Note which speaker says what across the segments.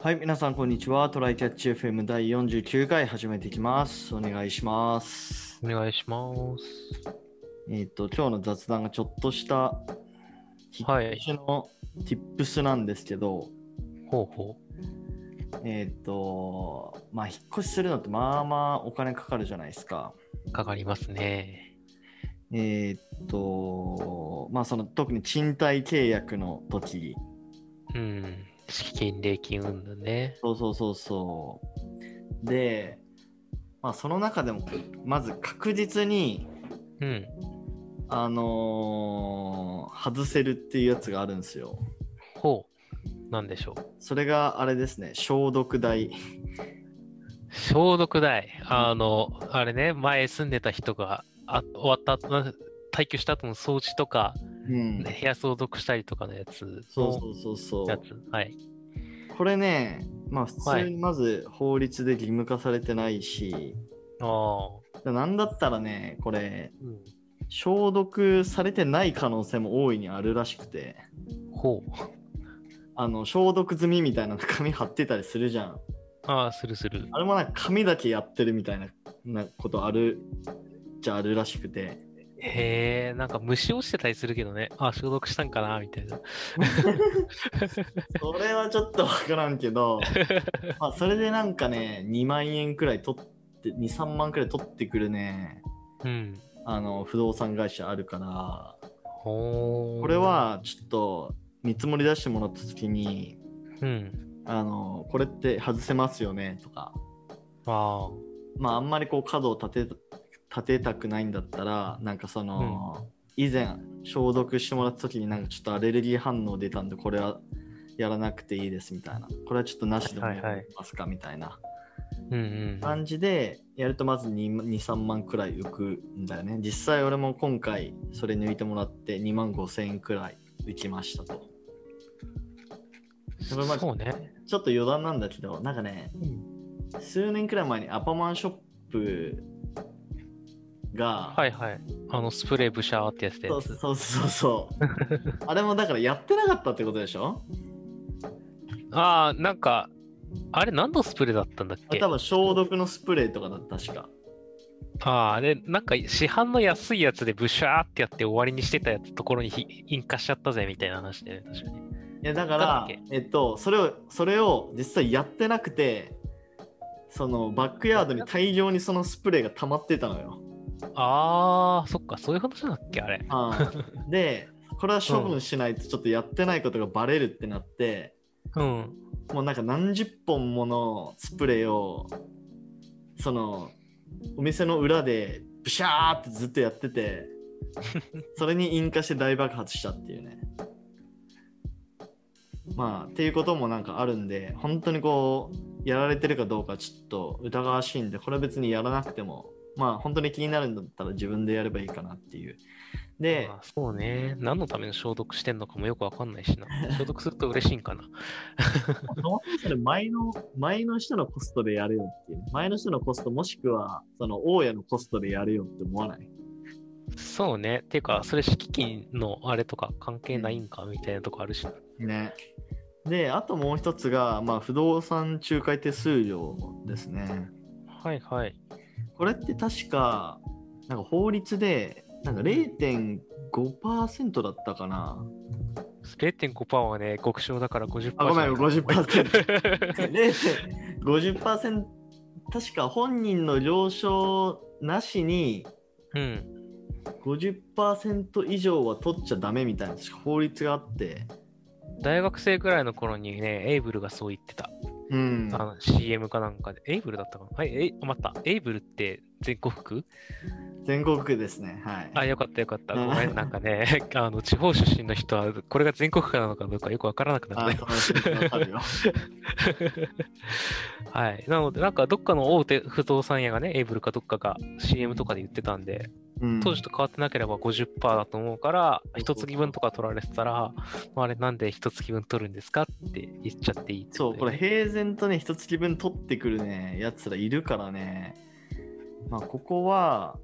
Speaker 1: はい、皆さん、こんにちは。トライキャッチ FM 第49回始めていきます。お願いします。
Speaker 2: お願いします。
Speaker 1: えっ、と、今日の雑談がちょっとした、
Speaker 2: はい。
Speaker 1: 私の tips なんですけど、
Speaker 2: ほうほ
Speaker 1: えっ、と、まあ、引っ越しするのってまあまあお金かかるじゃないですか。
Speaker 2: う。かかりますね。
Speaker 1: えっ、と、まあ、その、特に賃貸契約の時、
Speaker 2: うん。資金、礼金、うんぬんね。
Speaker 1: そうそうそうそう。で、まあ、その中でも、まず確実に、
Speaker 2: うん。
Speaker 1: あのー外せるっていうやつがあるんですよ。
Speaker 2: ほう。なんでしょう。
Speaker 1: それがあれですね、消毒代。
Speaker 2: 消毒代。あの、あれね、前住んでた人があ終わった後な、退去した後の掃除とか、
Speaker 1: うん
Speaker 2: 部屋消毒したりとかのやつ
Speaker 1: そうそう
Speaker 2: の
Speaker 1: そうそ
Speaker 2: や
Speaker 1: う
Speaker 2: つ。。はい。
Speaker 1: これね、まあ普
Speaker 2: は
Speaker 1: 通
Speaker 2: い
Speaker 1: にまず法律で義務化されてないし、
Speaker 2: ああ。
Speaker 1: なんだったらね、これ、
Speaker 2: うん
Speaker 1: 消毒されてない可能性も大いにあるらしくて、
Speaker 2: ほう。
Speaker 1: あの消毒済みみたいなの紙貼ってたりするじゃん。
Speaker 2: ああ、するする。
Speaker 1: あれもなんか紙だけやってるみたいななことあるじゃあるらしくて。
Speaker 2: へえ、なんか虫落ちてたりするけどね。ああ、消毒したんかなみた いな。
Speaker 1: それはちょっとわからんけど、まあそれでなんかね、2万円くらい取って、2、3万くらい取ってくるね、
Speaker 2: うん。
Speaker 1: あの不動産会社あるから、
Speaker 2: ほう。
Speaker 1: これ、はちょっと見積もり出してもらった時に、
Speaker 2: うん。
Speaker 1: あのこれって外せますよねとか、
Speaker 2: ああ。
Speaker 1: まああんまりこう角を立て立てたくないんだったら、なんかその、以前消毒してもらった時になんかちょっとアレルギー反応出たんで、これはやらなくていいですみたいな、これはちょっとなしでもやりますかみたいな。
Speaker 2: うんうんうん。
Speaker 1: 感じでやるとまず23万くらい浮くんだよね実際俺も今回それ抜いてもらって2万5千円くらい浮きましたとこれまあ
Speaker 2: そうね。
Speaker 1: ちょっと余談なんだけどなんかね数年くらい前にアパマンショップが、
Speaker 2: はいはい。あの、スプレーブシャーってやつで
Speaker 1: そ。うそうそうそう あれもだからやってなかったってことでしょ
Speaker 2: ああ、なんか、あれ何のスプレーだったんだっ
Speaker 1: あれ
Speaker 2: け
Speaker 1: 多分消毒のスプレーとかだった確か
Speaker 2: ああ、で、なんか市販の安いやつでブシャーってやって終わりにしてたやつところにひ引火しちゃったぜみたいな話で、ね、確かに。
Speaker 1: いやだか
Speaker 2: だっ
Speaker 1: ら
Speaker 2: け、
Speaker 1: えっと、それをそれを実際やってなくてそのバックヤードに大量にそのスプレーが溜まってたのよ。
Speaker 2: ああ、そっか、そういう話なんだっけあ れ。
Speaker 1: うんでこれは処分しないとちょっとやってないことがバレるってなって、
Speaker 2: うん。
Speaker 1: もうなんか何十本ものスプレーをそのお店の裏でブシャーってずっとやっててそれに引火して大爆発したっていうねまあっていうこともなんかあるんで本当にこうやられてるかどうかちょっと疑わしいんでこれは別にやらなくてもまあ本当に気になるんだったら自分でやればいいかなっていうで
Speaker 2: あーそうね。何のための消毒してんのかもよくわかんな いしな。消毒すると嬉しいんかな。
Speaker 1: どうせ前の、前の人のコストでやるよっていう。前の人のコスト、もしくは、その、大家のコストでやるよって思わない。
Speaker 2: そうね。ていうか、それ敷金のあれとか関係ないんかみたいなとこあるしな。
Speaker 1: ね。で、あともう一つが、まあ、不動産仲介手数料ですね。
Speaker 2: はいはい。
Speaker 1: これって確か、なんか法律で、なんか0.5%だったかな。
Speaker 2: 0.5%はね、極小だから50%。
Speaker 1: あ、ごめん、50%。
Speaker 2: 50%。
Speaker 1: 0.50%、確か本人の了承なしに、
Speaker 2: うん。
Speaker 1: 50%以上は取っちゃダメみたいな法律があって、
Speaker 2: 大学生ぐらいの頃にね、エイブルがそう言ってた。
Speaker 1: うん、
Speaker 2: あの CM かなんかで。エイブルだったかなはい、えい、待った。エイブルって全国区
Speaker 1: 全国区ですね。はい。
Speaker 2: あ、よかったよかった。
Speaker 1: うん
Speaker 2: ごめん、なんかね、 あの、地方出身の人は、これが全国区なのかどうかよくわからなくな
Speaker 1: あ
Speaker 2: ったよ。
Speaker 1: 楽しみにわか るよ
Speaker 2: はい。なので、なんかどっかの大手不動産屋がね、エイブルかどっかが CM とかで言ってたんで、
Speaker 1: うん
Speaker 2: 当時と変わってなければ50%だと思うから、一月分とか取られてたら、あれなんで一月分取るんですかって言っちゃっていいって
Speaker 1: そ
Speaker 2: と
Speaker 1: う、
Speaker 2: で
Speaker 1: これ平然とね、一月分取ってくるね、やつらいるからね。まあ、ここは、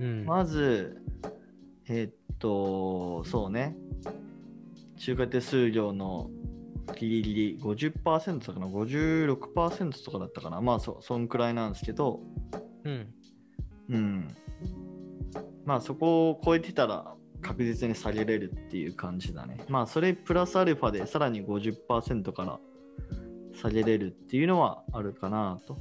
Speaker 2: うん。
Speaker 1: まず、えーっと、そうね、中華手数料のギリギリ50%とかな56%とかだったかなまあそそんくらいなんですけど
Speaker 2: うん。
Speaker 1: うんまあそこを超えてたら確実に下げれるっていう感じだねまあそれプラスアルファでさらに50%から下げれるっていうのはあるかなと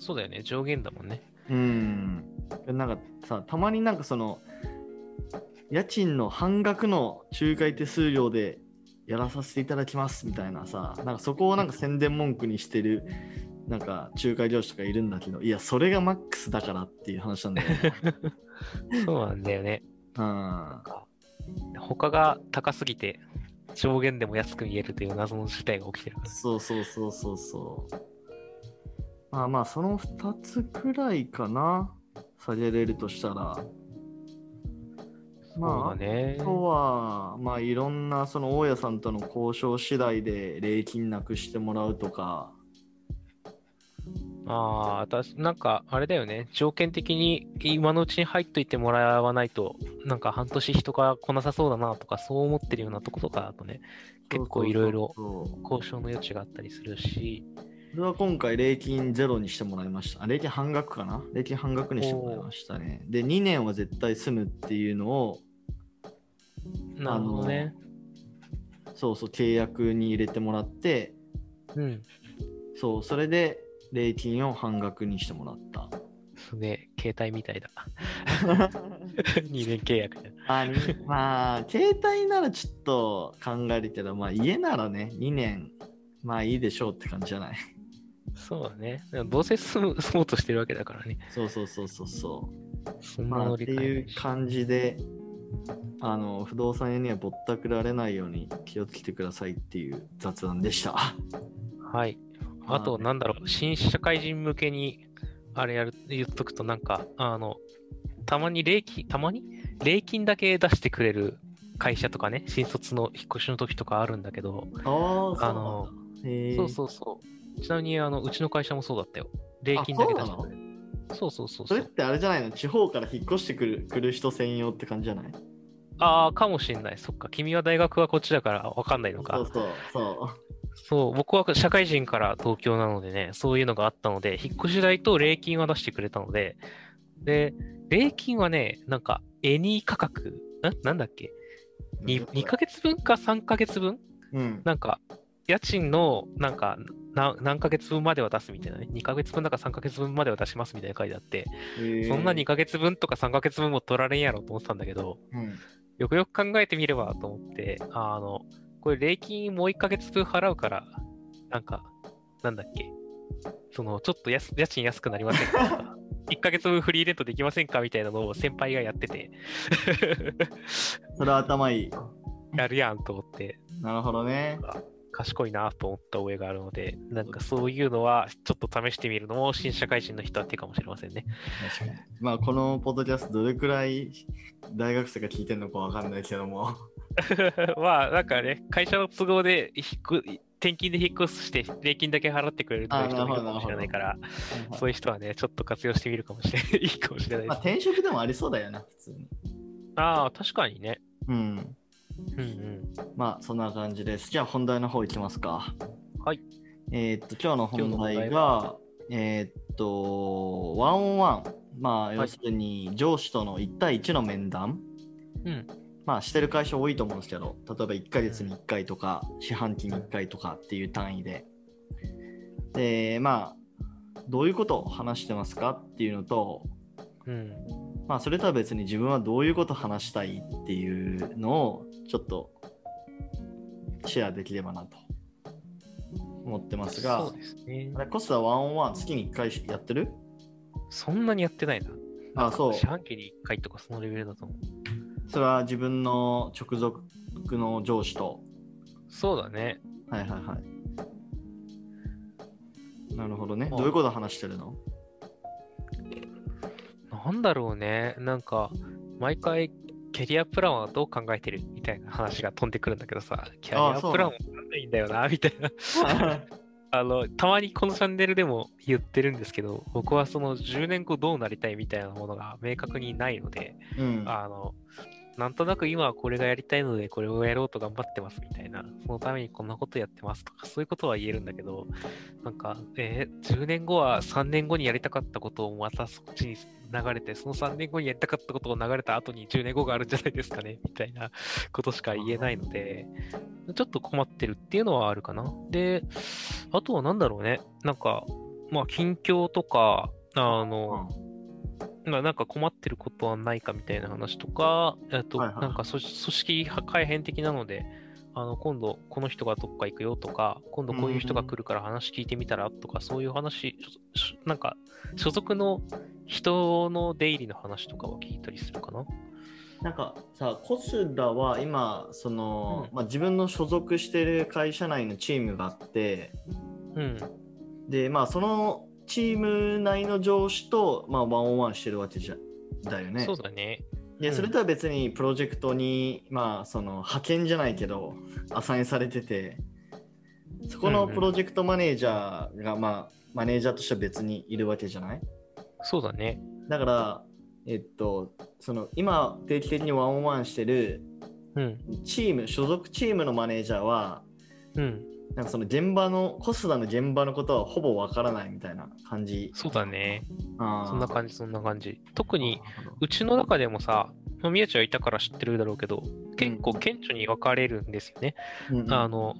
Speaker 2: そうだよね。上限だもん ね。
Speaker 1: うんなんかさたまになんかその家賃の半額の仲介手数料でやらさせていただきますみたいなさなんかそこをなんか宣伝文句にしてるなんか仲介業者とかいるんだけどいやそれがマックスだからっていう話なんだよ ね、
Speaker 2: そうなんだよね。
Speaker 1: うん、
Speaker 2: 他が高すぎて、上限でも安く見えるという謎の事態が起きてるから。
Speaker 1: そうそうそうそうそう。まあまあ、その2つくらいかな。下げれるとしたら。ま
Speaker 2: そう
Speaker 1: あ、
Speaker 2: だね
Speaker 1: あ。とは、まあいろんなその大家さんとの交渉次第で礼金なくしてもらうとか。
Speaker 2: ああ、私、なんか、あれだよね。条件的に今のうちに入っといてもらわないと、なんか半年人が来なさそうだなとか、そう思ってるようなとことかだとね、結構いろいろ
Speaker 1: そうそうそうそう
Speaker 2: 交渉の余地があったりするし、
Speaker 1: 俺は今回、礼金ゼロにしてもらいました。あ、礼金半額かな礼金半額にしてもらいましたね。で、2年は絶対住むっていうのを、
Speaker 2: なるほどね。
Speaker 1: そうそう、契約に入れてもらって、
Speaker 2: うん。
Speaker 1: そう、それで礼金を半額にしてもらった。
Speaker 2: すげえ、携帯みたいだ。2年契約で。
Speaker 1: まあ、にまあ、携帯ならちょっと考えるけど、まあ、家ならね、2年、まあいいでしょうって感じじゃない。
Speaker 2: そうだね。でもどうせ住む住もうとしてるわけだからね。
Speaker 1: そうそうそうそうそ。
Speaker 2: そうんな
Speaker 1: まあ、っ
Speaker 2: 乗
Speaker 1: て
Speaker 2: り換え
Speaker 1: い
Speaker 2: な
Speaker 1: う
Speaker 2: いし
Speaker 1: 感じで、あの、不動産屋にはぼったくられないように気をつけてくださいっていう雑談でした。
Speaker 2: はい。あと、
Speaker 1: はい
Speaker 2: なんだろう、新社会人向けに、あれやる、言っとくと、なんか、あの、たまに礼金、たまに礼金だけ出してくれる会社とかね、新卒の引っ越しの時とかあるんだけど、
Speaker 1: ああ、そう
Speaker 2: あの、
Speaker 1: なんだへえ
Speaker 2: そうそうそう。ちなみに、あの、うちの会社もそうだったよ。礼金だけ出してくれる。そうそうそ
Speaker 1: そ
Speaker 2: うそ
Speaker 1: れっ
Speaker 2: う。
Speaker 1: てあれじゃないの地方から引っ越してくる来る人専用って感じじゃない
Speaker 2: ああ、かもしんない。そっか。君は大学はこっちだからわかんないのか。
Speaker 1: そうそうそう。
Speaker 2: そう、僕は社会人から東京なのでね、そういうのがあったので、引っ越し代と礼金は出してくれたので、で、礼金はね、なんか、エニー価格、ななんだっけ 2, 2ヶ月分か3ヶ月分
Speaker 1: うん。
Speaker 2: なんか、家賃の、なんか、な何ヶ月分までは出すみたいなね、2ヶ月分だか3ヶ月分までは出しますみたいな書いてあって、そんな2ヶ月分とか3ヶ月分も取られんやろと思ってたんだけど、
Speaker 1: うん。
Speaker 2: よくよく考えてみればと思って、あの、これ礼金もう1ヶ月分払うから、なんか、なんだっけ、その、ちょっと安家賃安くなりませんか ?1 ヶ月分フリーレントできませんかみたいなのを先輩がやってて、
Speaker 1: それは頭いい。
Speaker 2: やるやんと思って、
Speaker 1: なるほどね。
Speaker 2: 賢いなと思った覚えがあるので、なんかそういうのは、ちょっと試してみるのも、新社会人の人は手かもしれませんね。
Speaker 1: 確かに。まあ、このポッドキャスト、どれくらい大学生が聞いてるのかわかんないけども。
Speaker 2: まあ、なんかね、会社の都合で引っ越転勤で引っ越して、礼金だけ払ってくれるという人もいるかもしれないから、そういう人はね、ちょっと活用してみるかもしれない。いいかもしれない
Speaker 1: まあ、
Speaker 2: です。
Speaker 1: 転職でもありそうだよな、普通に。
Speaker 2: ああ、確かにね。
Speaker 1: うん。
Speaker 2: うんうん。
Speaker 1: まあ、そんな感じです。じゃあ、本題の方いきますか。
Speaker 2: はい。
Speaker 1: えーっと、今日の本
Speaker 2: 今日の本題
Speaker 1: 題が、えーっと、ワンオンワン。まあ、
Speaker 2: い
Speaker 1: 要するに、上司との1対1の面談。
Speaker 2: うん。
Speaker 1: まあ、してる会社多いと思うんですけど、例えば1ヶ月に1回とか、四半期に1回とかっていう単位で。で、まあ、どういうことを話してますかっていうのと、
Speaker 2: うん。
Speaker 1: まあ、それとは別に自分はどういうことを話したいっていうのを、ちょっとシェアできればなと思ってます
Speaker 2: そ
Speaker 1: が
Speaker 2: う、ですね
Speaker 1: あ。れコスタワンオンワン月に1回やってる
Speaker 2: そんなにやってないな。
Speaker 1: あ、そう。
Speaker 2: 四半期に1回とかそのレベルだと思う。
Speaker 1: それは自分の直属の上司と
Speaker 2: そうだね。
Speaker 1: はいはいはい。なるほどね。
Speaker 2: ま
Speaker 1: ど
Speaker 2: あ
Speaker 1: ういうこと話してる の
Speaker 2: なんだろうね。なんか、毎回、キャリアプランはどう考えてるみたいな話が飛んでくるんだけどさ、キャリ
Speaker 1: あ
Speaker 2: ア
Speaker 1: そう
Speaker 2: プ
Speaker 1: な
Speaker 2: ラ
Speaker 1: の
Speaker 2: ンわかんないんだよな、みたいな。あの、たまにこのチャンネルでも言ってるんですけど、僕はその10年後どうなりたいみたいなものが明確にないので、
Speaker 1: うん。
Speaker 2: あの、なんとなく今はこれがやりたいので、これをやろうと頑張ってますみたいな、そのためにこんなことやってますとか、そういうことは言えるんだけど、なんか、えー10年後は3年後にやりたかったことをまたそっちに流れて、その3年後にやりたかったことを流れた後に10年後があるんじゃないですかね、みたいな ことしか言えないので、ちょっと困ってるっていうのはあるかな。で、あとはなんだろうね、なんか、まあ、近況とか、あの、まあ、なんか困ってることはないかみたいな話とか、あと、
Speaker 1: はいはい
Speaker 2: なんか組組織改変的なので、あの今度この人がどっか行くよとか、今度こういう人が来るから話聞いてみたらとか、そういう話、ちょっとしなんか所属の人の出入りの話とかは聞いたりするかな。
Speaker 1: なんかさコスダは今その、
Speaker 2: うん
Speaker 1: まあ、自分の所属してる会社内のチームがあって
Speaker 2: うん。
Speaker 1: でまあそのチーム内の上司と、まあ、ワンオンワンしてるわけじゃだよね
Speaker 2: そうだね。
Speaker 1: で
Speaker 2: うん
Speaker 1: それとは別にプロジェクトに、まあその派遣じゃないけどアサインされててそこの
Speaker 2: うんうん
Speaker 1: プロジェクトマネージャーが、まあ、マネージャーとしては別にいるわけじゃない
Speaker 2: そうだね。
Speaker 1: だからえっとその今定期的にワンオンワンしてる
Speaker 2: うん。
Speaker 1: チーム所属チームのマネージャーは
Speaker 2: うん。
Speaker 1: なんかその現場のコスダの現場のことはほぼわからないみたいな感じ
Speaker 2: そうだね。
Speaker 1: あー
Speaker 2: そんな感じ、そんな感じ。特に、
Speaker 1: なるほど
Speaker 2: うちの中でもさ、まあ宮地はいたから知ってるだろうけど、結構顕著に分かれるんですよね。
Speaker 1: うんうん
Speaker 2: あの、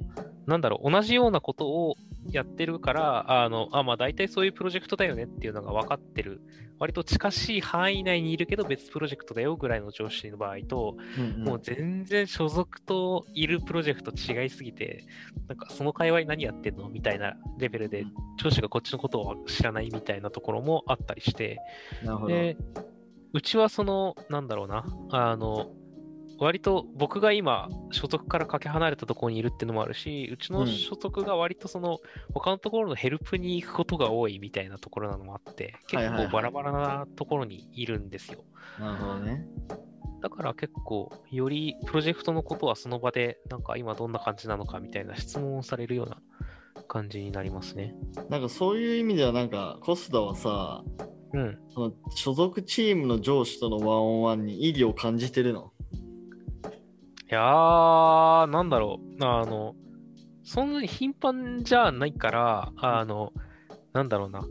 Speaker 2: なんだろう、同じようなことをやってるから、あの、あ、まあ大体そういうプロジェクトだよねっていうのが分かってる。割と近しい範囲内にいるけど別プロジェクトだよぐらいの上司の場合と、
Speaker 1: うんうん
Speaker 2: もう全然所属といるプロジェクト違いすぎて、なんかその界隈何やってんのみたいなレベルで
Speaker 1: うん、
Speaker 2: 上司がこっちのことを知らないみたいなところもあったりして、
Speaker 1: なるほど
Speaker 2: で、うちはその、なんだろうな、あの、割と僕が今、所属からかけ離れたところにいるってのもあるし、うち
Speaker 1: う
Speaker 2: の
Speaker 1: ん
Speaker 2: 所属が割とその、他のところのヘルプに行くことが多いみたいなところなのもあって、
Speaker 1: はい
Speaker 2: 結
Speaker 1: はいはい
Speaker 2: 構バラバラなところにいるんですよ。
Speaker 1: なるほどね
Speaker 2: だから結構、よりプロジェクトのことはその場で、なんか今どんな感じなのかみたいな質問をされるような感じになりますね。
Speaker 1: なんかそういう意味ではなんかコスダはさ
Speaker 2: うん。
Speaker 1: その所属チームの上司とのワンオンワンに意義を感じてるの
Speaker 2: いやー、なんだろう。あの、そんなに頻繁じゃないから、あの、なんだろうな。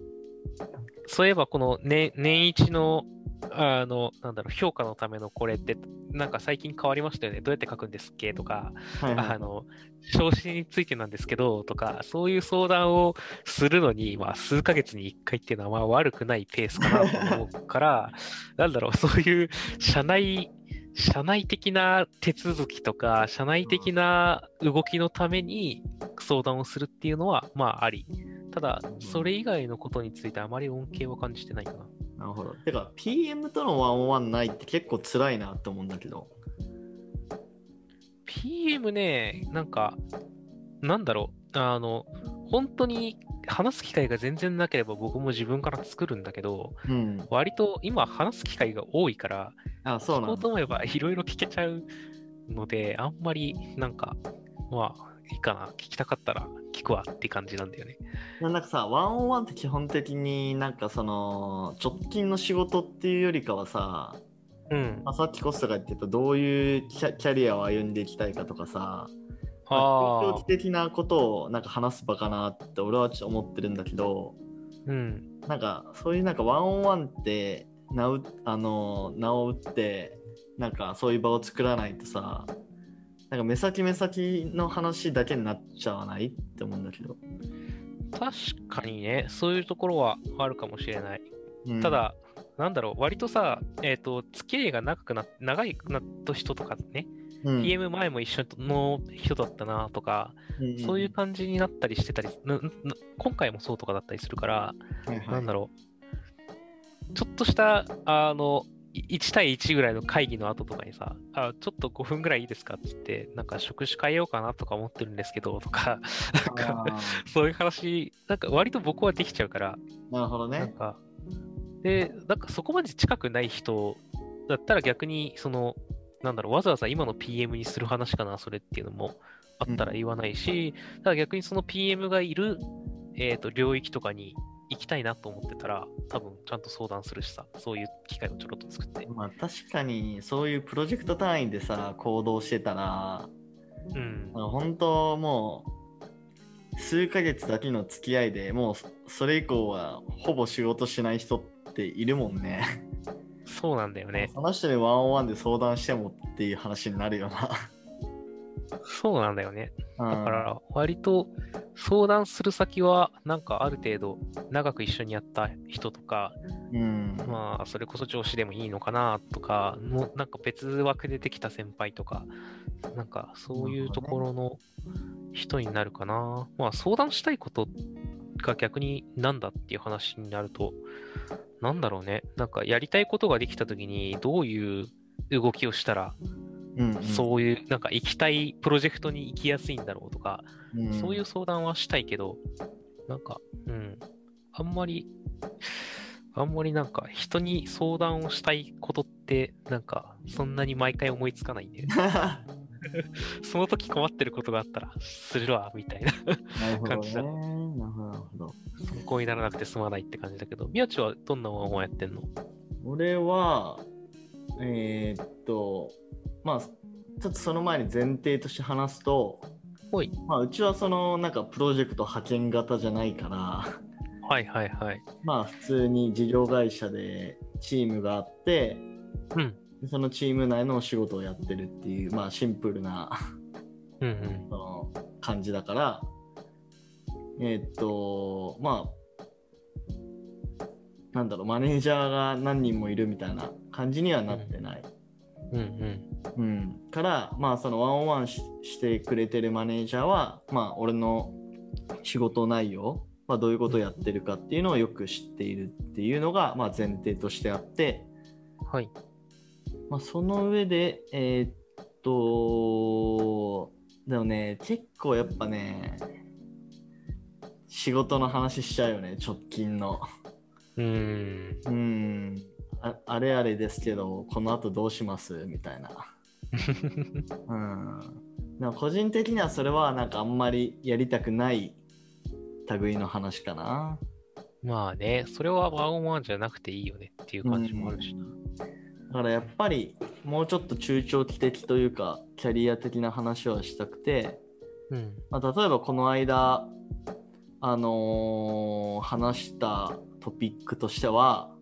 Speaker 2: そういえば、この、ね、年一の、あの、なんだろう、評価のためのこれって、なんか最近変わりましたよね。どうやって書くんですっけとか、
Speaker 1: はいは
Speaker 2: あ
Speaker 1: い
Speaker 2: の、昇進についてなんですけど、とか、そういう相談をするのに、まあ、数ヶ月に1回っていうのは、まあ、悪くないペースかなと思うから、 なんだろう、そういう、社内、社内的な手続きとか、社内的な動きのために相談をするっていうのは、まあ、あり。ただ
Speaker 1: う、ん
Speaker 2: それ以外のことについてあまり恩恵は感じてないかな。
Speaker 1: なるほどてか PM とのワンオンワンないって結構辛いなって思うんだけど
Speaker 2: PM ね、なんか、なんだろう、あの、本当に話す機会が全然なければ僕も自分から作るんだけど、
Speaker 1: うん
Speaker 2: 割と今話す機会が多いから、
Speaker 1: あそう
Speaker 2: 聞こ
Speaker 1: な
Speaker 2: うんと
Speaker 1: だ
Speaker 2: 思えばいろいろ聞けちゃうので、あんまりなんか、まあ、いいかな、聞きたかったら聞くわって感じなんだよね。
Speaker 1: なんかさワンオンワンって基本的になんかその直近の仕事っていうよりかはさ
Speaker 2: うん。
Speaker 1: まあ、さっきコストが言ってたどういうキャキャリアを歩んでいきたいかとかさ、まあ、
Speaker 2: あ
Speaker 1: 長
Speaker 2: あ
Speaker 1: 期、的なことをなんか話す場かなって俺はちょっと思ってるんだけど
Speaker 2: うん。
Speaker 1: なんかそういうなんかワンオンワンって名をあの名を打ってなんかそういう場を作らないとさなんか目先目先の話だけになっちゃわないって思うんだけど、
Speaker 2: 確かにね、そういうところはあるかもしれない。
Speaker 1: うん
Speaker 2: た、だ、なんだろう、割とさ、えっ、と、付き合いが長くな、長いなった人とかね、
Speaker 1: うん
Speaker 2: PM 前も一緒の人だったなとか、そういう、感じになったりしてたり、なな今回もそうとかだったりするから、
Speaker 1: うんはいはい
Speaker 2: なんだろう、ちょっとした、あの、い1対1ぐらいの会議の後とかにさ、あちょっと5分ぐらいいいですかって言って、なんか職種変えようかなとか思ってるんですけど、とか、 なんか、
Speaker 1: あー
Speaker 2: そういう話、なんか割と僕はできちゃうから、
Speaker 1: なるほど
Speaker 2: なん
Speaker 1: ね。
Speaker 2: か、で、なんかそこまで近くない人だったら逆に、その、なんだろう、わざわざ今の PM にする話かな、それっていうのもあったら言わないし、ただ逆にその PM がいる、えーと領域とかに行きたいなと思ってたら、多分ちゃんと相談するしさ、そういう機会をちょろっと作って。
Speaker 1: まあ確かにそういうプロジェクト単位でさ行動してたら
Speaker 2: うん
Speaker 1: あ。の本当もう数ヶ月だけの付き合いでもうそそれ以降はほぼ仕事しない人っているもんね
Speaker 2: そうなんだよね。
Speaker 1: その人にワンオンワンで相談してもっていう話になるよな
Speaker 2: そうなんだよね。
Speaker 1: だ
Speaker 2: だから、割と相談する先は、なんかある程度、長く一緒にやった人とか、
Speaker 1: うん、
Speaker 2: まあ、それこそ上司でもいいのかなとか、もうなんか別枠でできた先輩とか、なんかそういうところの人になるかな。まあ、相談したいことが逆になんだっていう話になると、なんだろうね、なんかやりたいことができたときに、どういう動きをしたら、
Speaker 1: うんうん
Speaker 2: そういう、なんか行きたいプロジェクトに行きやすいんだろうとか、
Speaker 1: うん
Speaker 2: そういう相談はしたいけど、なんか、うん、あんまり、あんまりなんか、人に相談をしたいことって、なんか、そんなに毎回思いつかないんで、
Speaker 1: な
Speaker 2: その時困ってることがあったら、するわ、みたいな。
Speaker 1: るほど
Speaker 2: 感じだ
Speaker 1: ねなるほどなるほど
Speaker 2: 参考にならなくてすまないって感じだけど、宮地はどんなワンワンやってんの
Speaker 1: 俺はえーっとまあちょっとその前に前提として話すと
Speaker 2: ほい
Speaker 1: まあ、うちはそのなんかプロジェクト派遣型じゃないから
Speaker 2: はいはいはい。
Speaker 1: まあ普通に事業会社でチームがあって
Speaker 2: うん。
Speaker 1: でそのチーム内のお仕事をやってるっていうまあシンプルな
Speaker 2: うんうん。
Speaker 1: その感じだからえーっとまあなんだろうマネージャーが何人もいるみたいな感じにはなってない、
Speaker 2: うんうん。
Speaker 1: うんからまあそのワンオンワンししてくれてるマネージャーはまあ俺の仕事内容、まあ、どういうことをやってるかっていうのをよく知っているっていうのがまあ前提としてあって、
Speaker 2: はい。
Speaker 1: まあ、その上で、えーっと、でもね、結構やっぱね、仕事の話しちゃうよね、直近の。
Speaker 2: うーん。
Speaker 1: うん、ああれあれですけど、この後どうしますみたいな。うん、でも個人的にはそれはなんかあんまりやりたくない類の話かな。
Speaker 2: まあね、それはワンオンワンじゃなくていいよねっていう感じもあるしな。
Speaker 1: だからやっぱりもうちょっと中長期的というかキャリア的な話はしたくて、
Speaker 2: うん。
Speaker 1: まあ、例えばこの間、あのー話したトピックとしては、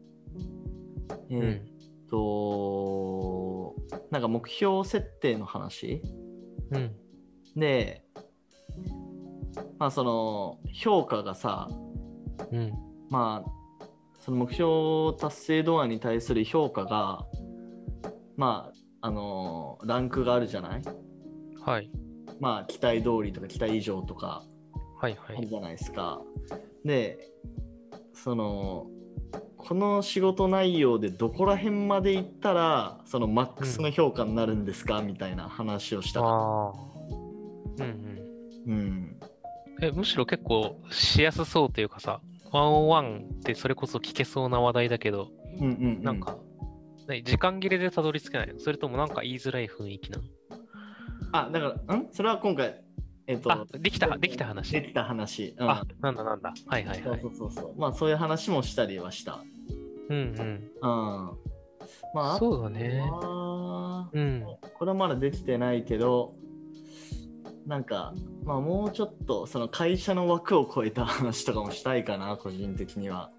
Speaker 1: え
Speaker 2: う
Speaker 1: ーっ
Speaker 2: ん。
Speaker 1: と、なんか目標設定の話
Speaker 2: うん。
Speaker 1: で、まあその評価がさ、
Speaker 2: うん。
Speaker 1: まあその目標達成度合いに対する評価が、まああのーランクがあるじゃない
Speaker 2: はい。
Speaker 1: まあ期待通りとか期待以上とか
Speaker 2: はいは
Speaker 1: あ
Speaker 2: い。
Speaker 1: るじゃないですか。でそのこの仕事内容でどこら辺までいったらそのマックスの評価になるんですか、みたいな話をした、
Speaker 2: ああ。うんうん。
Speaker 1: うん、
Speaker 2: え、むしろ結構しやすそうというかさ、ワンオンワンってそれこそ聞けそうな話題だけど、
Speaker 1: うんうんうん
Speaker 2: なんか、何時間切れでたどり着けないのそれともなんか言いづらい雰囲気なの
Speaker 1: あだからんそれは今回えっと
Speaker 2: あ、できた、でき
Speaker 1: で
Speaker 2: た話。
Speaker 1: きた話、うん、
Speaker 2: あ、なんだなんだ。はいはいはい
Speaker 1: そ。うそうそうそうまあそういう話もしたりはした
Speaker 2: うん
Speaker 1: う
Speaker 2: うん。
Speaker 1: んまああと
Speaker 2: そうだね。
Speaker 1: は
Speaker 2: うん。
Speaker 1: これはまだできてないけどなんか、まあ、もうちょっとその会社の枠を超えた話とかもしたいかな個人的には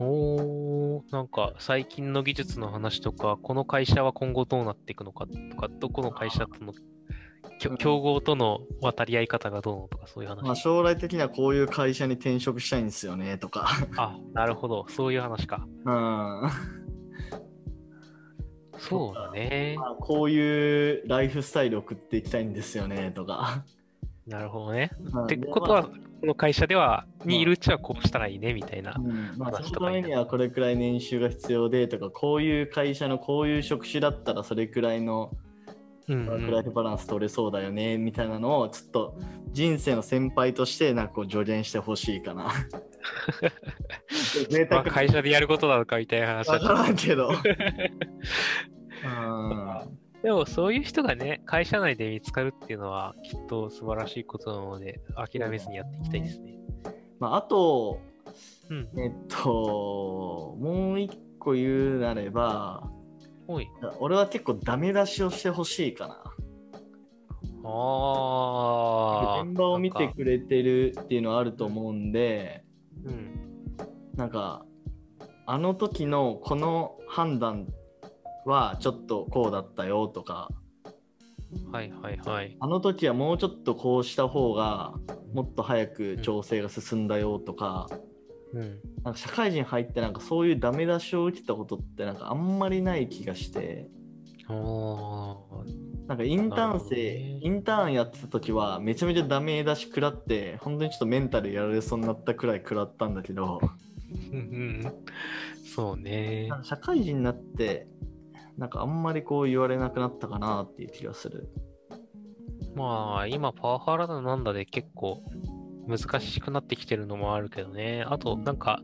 Speaker 2: おー、なんか最近の技術の話とか、この会社は今後どうなっていくのかとか、どこの会社とのきょ
Speaker 1: うん
Speaker 2: 競合との渡り合い方がどうのとか、そういう話。
Speaker 1: まあ、将来的にはこういう会社に転職したいんですよねとか
Speaker 2: あ、なるほど。そういう話か。
Speaker 1: うん、ま
Speaker 2: そうだね。
Speaker 1: あ、こういうライフスタイルを送っていきたいんですよねとか
Speaker 2: なるほどね。
Speaker 1: うん
Speaker 2: ってこと
Speaker 1: で
Speaker 2: は、この会社では、
Speaker 1: あ
Speaker 2: にいるうちはこうしたらいいね、みたいな
Speaker 1: まあ。うんまあ、
Speaker 2: 話
Speaker 1: そ
Speaker 2: と
Speaker 1: の
Speaker 2: か
Speaker 1: ため
Speaker 2: になる
Speaker 1: にはこれくらい年収が必要でとかこういう会社のこういう職種だったらそれくらいの
Speaker 2: うん、
Speaker 1: ワ
Speaker 2: う
Speaker 1: ークライフ
Speaker 2: ん。
Speaker 1: バランス取れそうだよねみたいなのをちょっと人生の先輩としてなんかこう助言してほしい かな。贅
Speaker 2: ま
Speaker 1: 沢
Speaker 2: あ
Speaker 1: か
Speaker 2: 会社でやることなのかみたいな話だ
Speaker 1: わ
Speaker 2: っ
Speaker 1: か
Speaker 2: た
Speaker 1: らんけど。うん
Speaker 2: でもそういう人がね、会社内で見つかるっていうのは、きっと素晴らしいことなので、諦めずにやっていきたいですね。
Speaker 1: まあ、あと
Speaker 2: うん。
Speaker 1: えっと、もう一個言うなれば、
Speaker 2: おい。
Speaker 1: 俺は結構ダメ出しをしてほしいかな。
Speaker 2: ああ。
Speaker 1: 現場を見
Speaker 2: な
Speaker 1: て
Speaker 2: んか
Speaker 1: くれてるっていうのはあると思うんで、
Speaker 2: うん。
Speaker 1: なんか、あの時のこの判断はちょっとこうだったよとか、
Speaker 2: はいはいはい。
Speaker 1: あの時はもうちょっとこうした方がもっと早く調整が進んだよとか、
Speaker 2: うん。
Speaker 1: なんか社会人入ってなんかそういうダメ出しを受けたことってなんかあんまりない気がして
Speaker 2: おー
Speaker 1: なんかインターン生、
Speaker 2: なるほどね
Speaker 1: インターンやってた時はめちゃめちゃダメ出し食らって本当にちょっとメンタルやられそうになったくらい食らったんだけど
Speaker 2: うんうんそうね
Speaker 1: な。んか社会人になってなんかあんまりこう言われなくなったかなっていう気がする
Speaker 2: まあ、今、パワハラだなんだで結構難しくなってきてるのもあるけどね。あと、なんか、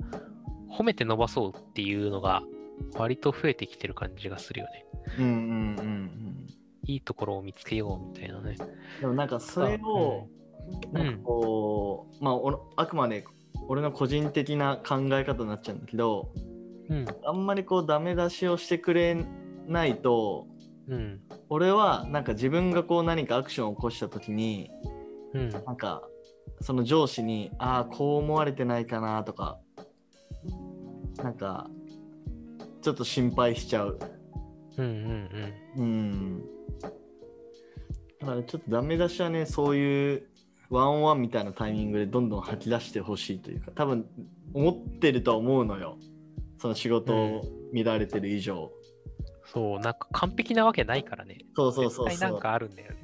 Speaker 2: 褒めて伸ばそうっていうのが割と増えてきてる感じがするよね。
Speaker 1: うんうんうんうん
Speaker 2: いいところを見つけようみたいなね。
Speaker 1: でもなんかそれを、
Speaker 2: うん
Speaker 1: なんかこう、まあおのあくまで俺の個人的な考え方になっちゃうんだけど
Speaker 2: うん。
Speaker 1: あんまりこうダメ出しをしてくれないと
Speaker 2: うん。
Speaker 1: 俺はなんか自分がこう何かアクションを起こした時に
Speaker 2: うん。
Speaker 1: なんかその上司にああこう思われてないかなとかなんかちょっと心配しちゃう
Speaker 2: うんう
Speaker 1: う
Speaker 2: んうん。
Speaker 1: んだからちょっとダメ出しはねそういうワンオンワンみたいなタイミングでどんどん吐き出してほしいというか多分思ってるとは思うのよその仕事を見られてる以上、
Speaker 2: そう、なんか完璧なわけないからね。
Speaker 1: そうそうそう
Speaker 2: 絶対
Speaker 1: そう
Speaker 2: なんかあるんだよね。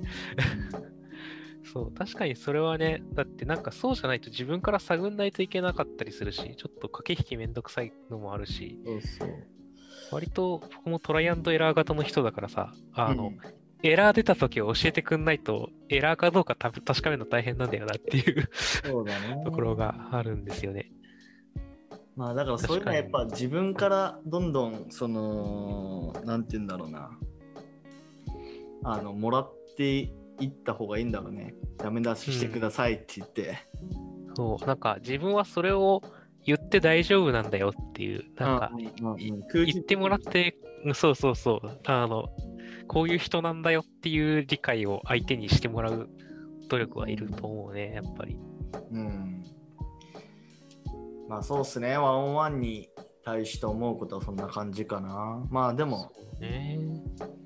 Speaker 2: そう、確かにそれはね、だってなんかそうじゃないと自分から探んないといけなかったりするし、ちょっと駆け引きめんどくさいのもあるし、
Speaker 1: そうそう
Speaker 2: 割と僕もトライアンドエラー型の人だからさ、あの、
Speaker 1: うん
Speaker 2: エラー出た時は教えてくんないと、エラーかどうかた確かめるの大変なんだよなっていう
Speaker 1: そうだね
Speaker 2: ところがあるんですよね。
Speaker 1: まあだからそういうのはやっ
Speaker 2: 確か
Speaker 1: ぱ自分からどんどんそのなんて言うんだろうなあのもらっていった方がいいんだろうねダメ出ししてくださいって言って、
Speaker 2: そう、なんか自分はそれを言って大丈夫なんだよっていう、なんか、
Speaker 1: うんうんうん空気
Speaker 2: 言ってもらって、うんそうそうそう、あの、こういう人なんだよっていう理解を相手にしてもらう努力はいると思うね、やっぱり。
Speaker 1: うんまあそうっすねワンオンワンに対して思うことはそんな感じかなまあでも
Speaker 2: うね。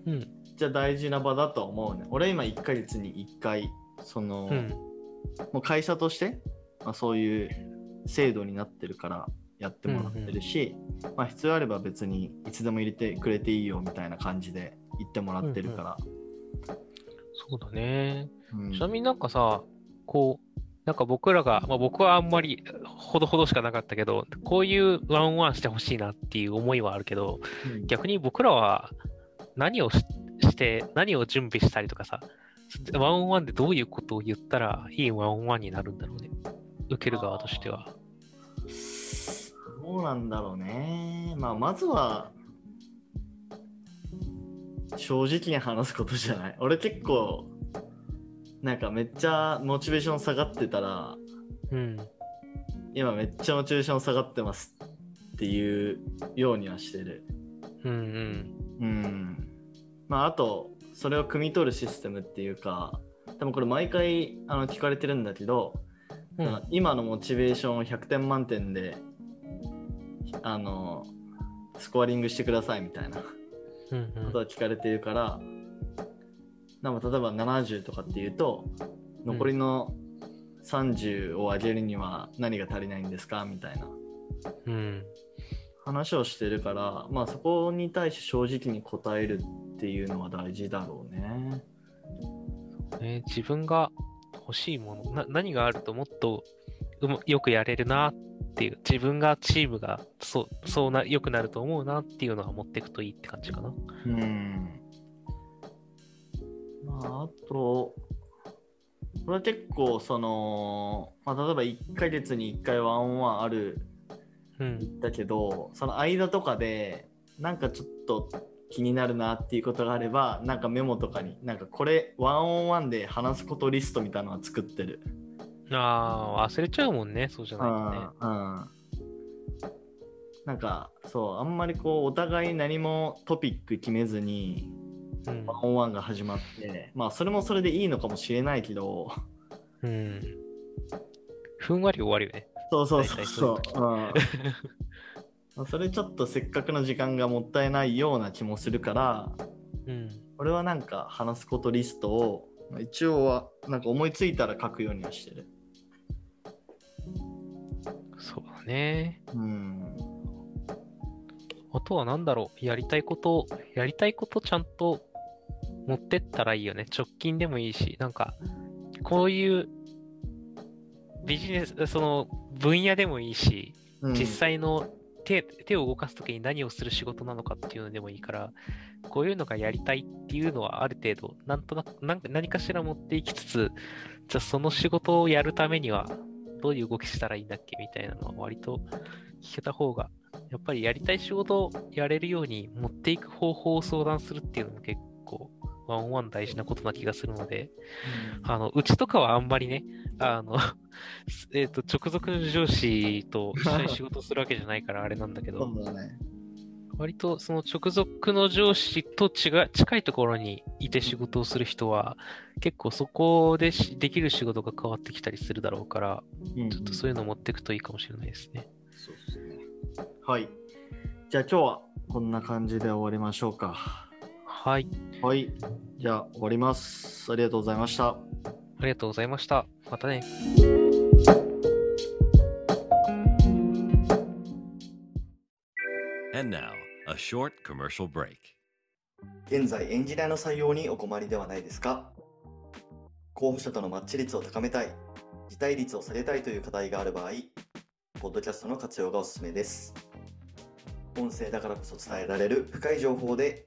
Speaker 2: うん。
Speaker 1: じゃあ大事な場だとは思うね俺今1ヶ月に1回その、
Speaker 2: うん。
Speaker 1: もう会社として、まあ、そういう制度になってるからやってもらってるし、まあ、必要あれば別にいつでも入れてくれていいよみたいな感じで言ってもらってるから、
Speaker 2: そうだね。
Speaker 1: うん
Speaker 2: ちなみになんかさ、こう、なんか僕らが、まあ、僕はあんまりほどほどしかなかったけど、こういうワンオンワンしてほしいなっていう思いはあるけど、
Speaker 1: うん
Speaker 2: 逆に僕らは何をしして何を準備したりとかさワンオンワンでどういうことを言ったらいいワンオンワンになるんだろうね受ける側としては
Speaker 1: どうなんだろうね、まあ、まずは正直に話すことじゃない俺結構なんかめっちゃモチベーション下がってたら
Speaker 2: うん
Speaker 1: 今めっちゃモチベーション下がってますっていうようにはしてる
Speaker 2: うんう
Speaker 1: う
Speaker 2: ん
Speaker 1: ん。まあ、あと、それを汲み取るシステムっていうか、多分これ毎回あの聞かれてるんだけど、
Speaker 2: うん
Speaker 1: だから今のモチベーションを100点満点で、あの、スコアリングしてくださいみたいなこ
Speaker 2: うん
Speaker 1: とは聞かれてるから、なんか例えば70とかっていうと、残りの30を上げるには何が足りないんですかみたいな。
Speaker 2: うんうん
Speaker 1: 話をしてるから、まあ、そこに対して正直に答えるっていうのは大事だろうね。
Speaker 2: ね自分が欲しいものな何があるともっとうまよくやれるなっていう自分がチームがそうそうな良くなると思うなっていうのは持っていくといいって感じかな
Speaker 1: うん。まあ、あと、これは結構、その、まあ、例えば1ヶ月に1回ワンオンワンある
Speaker 2: うん
Speaker 1: だけど、その間とかで、なんかちょっと気になるなっていうことがあれば、なんかメモとかに、なんかこれ、ワンオンワンで話すことリストみたいなのは作ってる。
Speaker 2: ああ忘れちゃうもんねそうじゃないとね
Speaker 1: うんうんなんかそうあんまりこうお互い何もトピック決めずに
Speaker 2: うん
Speaker 1: ワンオンワンが始まってまあそれもそれでいいのかもしれないけど
Speaker 2: うん。ふんわり終わるよね。
Speaker 1: そうそうそうそ
Speaker 2: 大体
Speaker 1: う、うん まあ、それちょっとせっかくの時間がもったいないような気もするから
Speaker 2: うん。
Speaker 1: 俺はなんか話すことリストをまあ一応はなんか思いついたら書くようにはしてる
Speaker 2: そうだね。
Speaker 1: うん
Speaker 2: あとは何だろう。やりたいこと、やりたいことちゃんと持ってったらいいよね。直近でもいいし、なんか、こういうビジネス、その分野でもいいし、
Speaker 1: うん
Speaker 2: 実際の手手を動かすときに何をする仕事なのかっていうのでもいいから、こういうのがやりたいっていうのはある程度、なんとなくなんか何かしら持っていきつつ、じゃあその仕事をやるためにはどういう動きしたらいいんだっけみたいなのは割と聞けた方が、やっぱりやりたい仕事をやれるように持っていく方法を相談するっていうのも結構、ワンオンワン大事なことな気がするので、あの、うちとかはあんまりね、あの、 えっ、と、直属の上司と一緒に仕事をするわけじゃないからあれなんだけ
Speaker 1: そ
Speaker 2: ど、
Speaker 1: うだね
Speaker 2: 割とその直属の上司と違う、近いところにいて仕事をする人は、結構そこでしできる仕事が変わってきたりするだろうから、
Speaker 1: うん
Speaker 2: ちょっとそういうのを持っていくといいかもしれないですね。
Speaker 1: そうですね。はい。じゃあ今日はこんな感じで終わりましょうか。
Speaker 2: はい、
Speaker 1: はい。じゃあ終わります。ありがとうございました。
Speaker 2: ありがとうございました。またね。
Speaker 3: And now, a short commercial break.
Speaker 1: 現在エンジニアの採用にお困りではないですか候補者とのマッチ率を高めたい辞退率を下げたいという課題がある場合ポッドキャストの活用がおすすめです音声だからこそ伝えられる深い情報で